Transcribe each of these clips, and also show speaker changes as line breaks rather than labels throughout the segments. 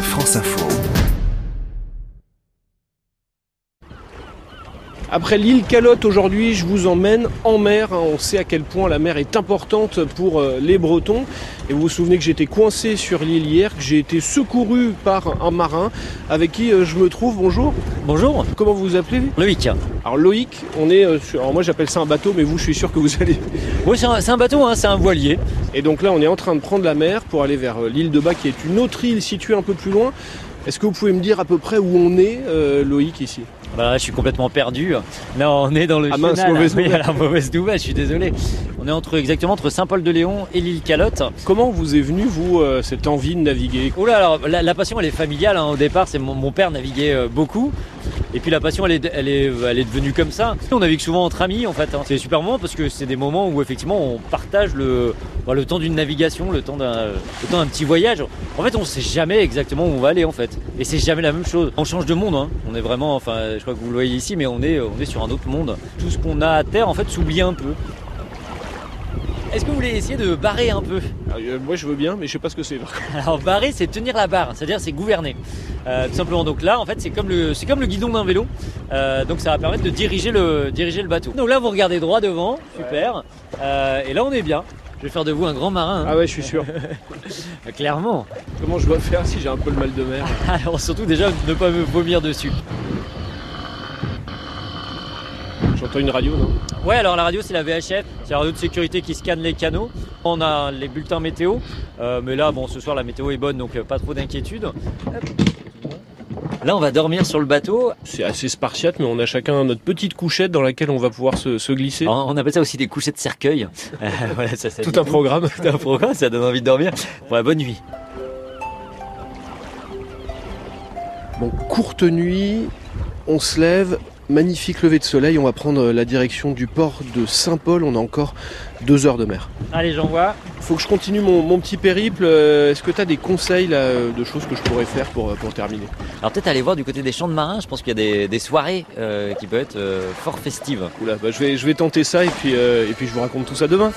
France Info.
Après l'île Calotte aujourd'hui, je vous emmène en mer. hein. On sait à quel point la mer est importante pour euh, les Bretons. Et vous vous souvenez que j'étais coincé sur l'île hier, que j'ai été secouru par un marin avec qui euh, je me trouve. Bonjour.
Bonjour,
Comment vous vous appelez
Loïc.
Alors Loïc, on est euh, sur... Alors moi j'appelle ça un bateau, mais vous je suis sûr que vous allez...
Oui, c'est un, c'est un bateau, hein, c'est un voilier.
Et donc là on est en train de prendre la mer pour aller vers euh, l'île de Bas qui est une autre île située un peu plus loin. Est-ce que vous pouvez me dire à peu près où on est, euh, Loïc, ici
Bah, je suis complètement perdu. Là, on est dans le
Ah mince,
chenal.
mauvaise
Oui,
nouvelle.
alors, mauvaise nouvelle, je suis désolé. On est entre exactement entre Saint-Paul-de-Léon et l'île Calotte.
Comment vous est venue, vous, euh, cette envie de naviguer
Oula, alors la, la passion elle est familiale. hein. Au départ, c'est mon, mon père naviguait euh, beaucoup. Et puis la passion elle est, elle, est, elle est devenue comme ça. On navigue souvent entre amis en fait. hein. C'est super moment parce que c'est des moments où effectivement on partage le, bah, le temps d'une navigation, le temps d'un le temps d'un petit voyage. En fait, on sait jamais exactement où on va aller en fait. Et c'est jamais la même chose. On change de monde. hein. On est vraiment, enfin, je crois que vous le voyez ici, mais on est, on est sur un autre monde. Tout ce qu'on a à terre en fait s'oublie un peu. Est-ce que vous voulez essayer de barrer un peu
Alors, euh, Moi je veux bien, mais je sais pas ce que c'est.
alors barrer, c'est tenir la barre, c'est-à-dire c'est gouverner. Euh, tout simplement. Donc là, en fait, c'est comme le, c'est comme le guidon d'un vélo. Euh, donc ça va permettre de diriger le, diriger le bateau. Donc là, vous regardez droit devant, super. Euh, et là, on est bien. Je vais faire de vous un grand marin, hein.
Ah ouais, je suis sûr.
Euh, clairement.
Comment je dois faire si j'ai un peu le mal de mer
Alors surtout déjà ne pas me vomir dessus.
J'entends une radio, non
Ouais, alors la radio, c'est la VHF, c'est la radio de sécurité qui scanne les canaux. On a les bulletins météo, Euh, mais là, bon, ce soir, la météo est bonne, donc euh, pas trop d'inquiétude. Hop. Là, on va dormir sur le bateau.
C'est assez spartiate, mais on a chacun notre petite couchette dans laquelle on va pouvoir se, se glisser.
Alors, Ah, On appelle ça aussi des couchers de cercueil. Euh, voilà, ça, ça
Tout
dit
un programme.
tout un programme, ça donne envie de dormir. Bon, bah, bonne nuit.
Bon, courte nuit, on se lève, magnifique lever de soleil, on va prendre euh, la direction du port de Saint-Paul, on a encore deux heures de mer.
Allez, j'envoie.
Faut que je continue mon, mon petit périple, euh, est-ce que t'as des conseils là, euh, de choses que je pourrais faire pour, euh, pour terminer
Alors peut-être aller voir du côté des champs de marins, je pense qu'il y a des, des soirées euh, qui peuvent être euh, fort festives.
Oula, bah, je, vais, je vais tenter ça et puis, euh, et puis je vous raconte tout ça demain.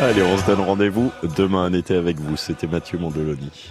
Allez, on se donne rendez-vous demain en été avec vous. C'était Mathieu Mondeloni.